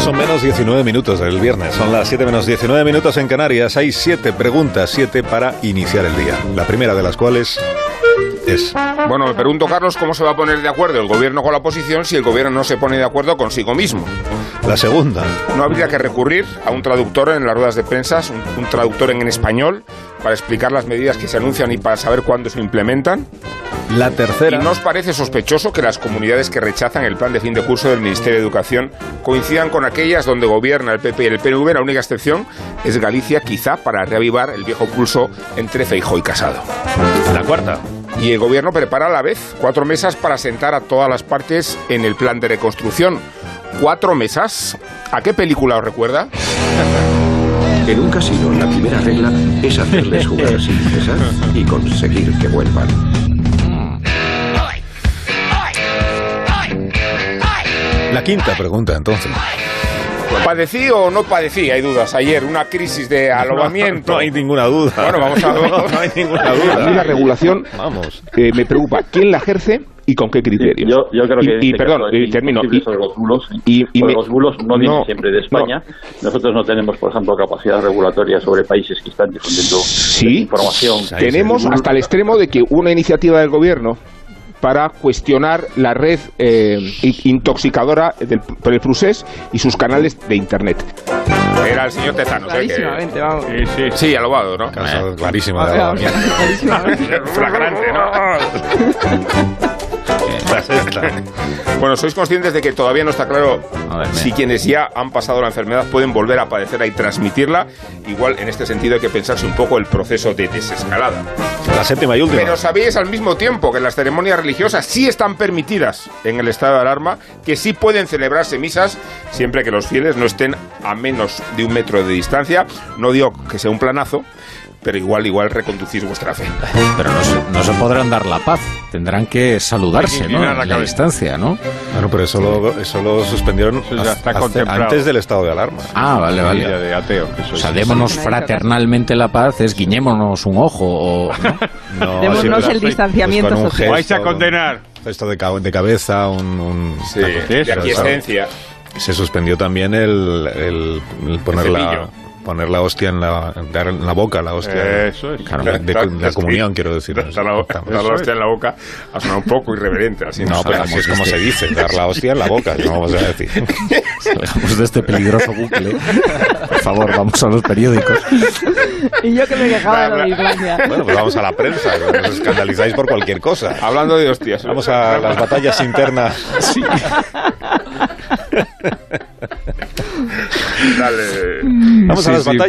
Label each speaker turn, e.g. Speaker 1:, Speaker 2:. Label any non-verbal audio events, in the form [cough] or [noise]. Speaker 1: Son menos 19 minutos del viernes, son las 7 menos 19 minutos en Canarias. Hay 7 preguntas, 7 para iniciar el día. La primera de las cuales es...
Speaker 2: Bueno, me pregunto, Carlos, cómo se va a poner de acuerdo el gobierno con la oposición si el gobierno no se pone de acuerdo consigo mismo.
Speaker 1: La segunda.
Speaker 2: No habría que recurrir a un traductor en las ruedas de prensa, un, un traductor en español, para explicar las medidas que se anuncian y para saber cuándo se implementan.
Speaker 1: La tercera.
Speaker 2: ¿Y no os parece sospechoso que las comunidades que rechazan el plan de fin de curso del Ministerio de Educación coincidan con aquellas donde gobierna el PP y el PNV? La única excepción es Galicia, quizá para reavivar el viejo pulso entre Feijóo y Casado.
Speaker 1: La cuarta.
Speaker 2: Y el gobierno prepara a la vez cuatro mesas para sentar a todas las partes en el plan de reconstrucción. ¿Cuatro mesas? ¿A qué película os recuerda?
Speaker 3: En un casino, la primera regla es hacerles jugar sin cesar y conseguir que vuelvan.
Speaker 1: La quinta pregunta, entonces.
Speaker 2: ¿Padecí o no padecí? Hay dudas. Ayer una crisis de alojamiento.
Speaker 1: No hay ninguna duda.
Speaker 2: Bueno, vamos a
Speaker 1: [laughs] No,
Speaker 2: ver.
Speaker 1: no hay ninguna
Speaker 4: A mí la
Speaker 1: duda.
Speaker 4: regulación
Speaker 1: Vamos.
Speaker 4: eh, me preocupa. ¿Quién la ejerce y con qué criterios?
Speaker 5: Yo, yo creo
Speaker 4: Y-
Speaker 5: que. en
Speaker 4: y,
Speaker 5: este
Speaker 4: perdón,
Speaker 5: caso
Speaker 4: eh,
Speaker 5: es
Speaker 4: termino.
Speaker 5: imposible
Speaker 4: Y-
Speaker 5: sobre los bulos.
Speaker 4: y- y
Speaker 5: Porque
Speaker 4: me-
Speaker 5: los bulos no vienen
Speaker 4: no,
Speaker 5: siempre de España. Nosotros no tenemos, por ejemplo, capacidad regulatoria sobre países que están difundiendo
Speaker 4: Sí,
Speaker 5: información.
Speaker 4: tenemos hasta el extremo de que una iniciativa del gobierno para cuestionar la red eh, in- intoxicadora del, por el Prusés y sus canales de Internet.
Speaker 2: Era el señor Tezano. sé que-
Speaker 6: Clarísimamente, vamos.
Speaker 2: Sí, alobado, ¿no? Eh.
Speaker 1: Casa clarísima de
Speaker 6: Vamos,
Speaker 1: alojamiento.
Speaker 6: clarísimamente.
Speaker 2: [laughs] Flagrante, ¿no?
Speaker 1: La sexta.
Speaker 2: Bueno, ¿sois conscientes de que todavía no está claro si quienes ya han pasado la enfermedad pueden volver a padecerla y transmitirla? Igual en este sentido hay que pensarse un poco el proceso de desescalada.
Speaker 1: La séptima y última.
Speaker 2: Pero sabéis al mismo tiempo que las ceremonias religiosas sí están permitidas en el estado de alarma, que sí pueden celebrarse misas siempre que los fieles no estén a menos de un metro de distancia. No digo que sea un planazo, pero igual, igual reconducir vuestra fe.
Speaker 7: Pero no se, no se podrán dar la paz, tendrán que saludarse, ¿no?
Speaker 2: inclinar la
Speaker 7: En la
Speaker 2: cabeza.
Speaker 7: distancia, ¿no?
Speaker 1: Bueno, Ah, pero eso lo, eso lo suspendieron
Speaker 8: ya está
Speaker 1: hace-
Speaker 8: contemplado.
Speaker 1: antes del estado de alarma.
Speaker 7: Ah, vale,
Speaker 8: Día
Speaker 7: vale.
Speaker 8: de ateo.
Speaker 7: O
Speaker 2: Pues,
Speaker 7: sea, démonos fraternalmente la paz, es guiñémonos un ojo o...
Speaker 2: [laughs]
Speaker 7: ¿no?
Speaker 1: No,
Speaker 6: Démonos
Speaker 1: siempre-
Speaker 6: el distanciamiento
Speaker 1: Pues con un
Speaker 6: social.
Speaker 8: Vais a
Speaker 1: gesto,
Speaker 8: condenar.
Speaker 1: un gesto de, ca- de cabeza, un... un-
Speaker 2: Sí, de aquí esencia.
Speaker 1: Se suspendió también el, el- el poner,
Speaker 2: El
Speaker 1: la,
Speaker 2: cepillo.
Speaker 1: poner la hostia en la, dar en la boca, la hostia.
Speaker 8: Eso es.
Speaker 1: Claro, de- de- de
Speaker 2: [laughs]
Speaker 1: la comunión, quiero decir.
Speaker 2: Dar la, dar la hostia en la boca ha sonado un poco irreverente. Así
Speaker 1: No, pero así es como se dice, dar la hostia en la boca, no vamos a decir.
Speaker 7: Salgamos de este peligroso bucle. Por favor, vamos a los periódicos.
Speaker 6: Y yo que me quejaba de lo de Islandia.
Speaker 1: Bueno, pues vamos a la prensa, os escandalizáis por cualquier cosa.
Speaker 2: Hablando de hostias.
Speaker 1: Vamos a las batallas internas.
Speaker 2: Dale.
Speaker 1: Vamos a las batallas.